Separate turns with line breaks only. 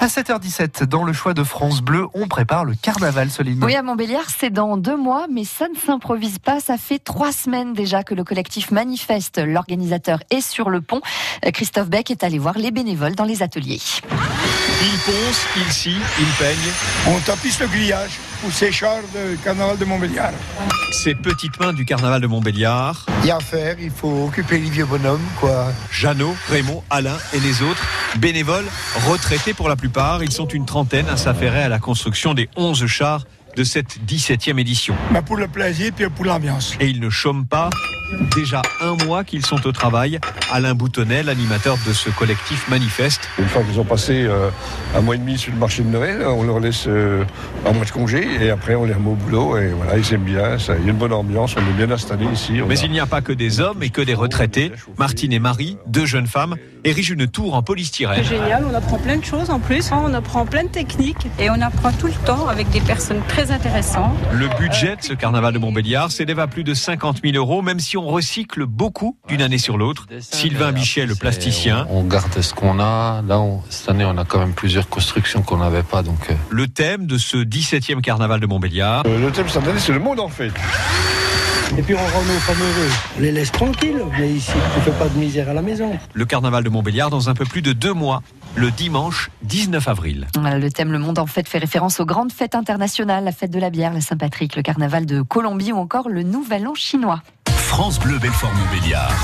À 7h17, dans le choix de France Bleu, on prépare le carnaval, Soline.
Oui, à Montbéliard, c'est dans deux mois, mais ça ne s'improvise pas. Ça fait trois semaines déjà que le collectif manifeste. L'organisateur est sur le pont. Euh, Christophe Beck est allé voir les bénévoles dans les ateliers.
Il ponce, il scie, il peigne.
On tapisse le grillage pour ces chars de carnaval de Montbéliard.
Ces petites mains du carnaval de Montbéliard.
Il y a à faire, il faut occuper les vieux bonhommes, quoi.
Jeannot, Raymond, Alain et les autres, bénévoles, retraités pour la plupart. Ils sont une trentaine à s'affairer à la construction des 11 chars de cette 17e édition.
Mais pour le plaisir puis pour l'ambiance.
Et ils ne chôment pas. Déjà un mois qu'ils sont au travail. Alain Boutonnet, l'animateur de ce collectif Manifeste.
Une fois qu'ils ont passé euh, un mois et demi sur le marché de Noël, on leur laisse euh, un mois de congé et après on les remet au boulot. Et voilà, ils aiment bien. Ça. Il y a une bonne ambiance, on est bien installés ici.
Mais il n'y a pas que des hommes et que des retraités. Martine et Marie, deux jeunes femmes, érigent une tour en polystyrène.
C'est génial, on apprend plein de choses en plus. On apprend plein de techniques et on apprend tout le temps avec des personnes très intéressantes.
Le budget de ce carnaval de Montbéliard s'élève à plus de 50 000 euros, même si on recycle beaucoup d'une année sur l'autre. Sylvain Bichet, le plasticien.
On garde ce qu'on a. Là, on, cette année, on a quand même plusieurs constructions qu'on n'avait pas. Donc, euh.
Le thème de ce 17e carnaval de Montbéliard.
Euh, le thème cette année, c'est le monde en fait.
Et puis on rend nos femmes heureux. On les laisse tranquilles, mais ici, on ne fait pas de misère à la maison.
Le carnaval de Montbéliard dans un peu plus de deux mois. Le dimanche 19 avril.
Voilà, le thème Le Monde en fête fait référence aux grandes fêtes internationales, la fête de la bière, la Saint-Patrick, le carnaval de Colombie ou encore le Nouvel An chinois.
France Bleu Belfort Montbéliard.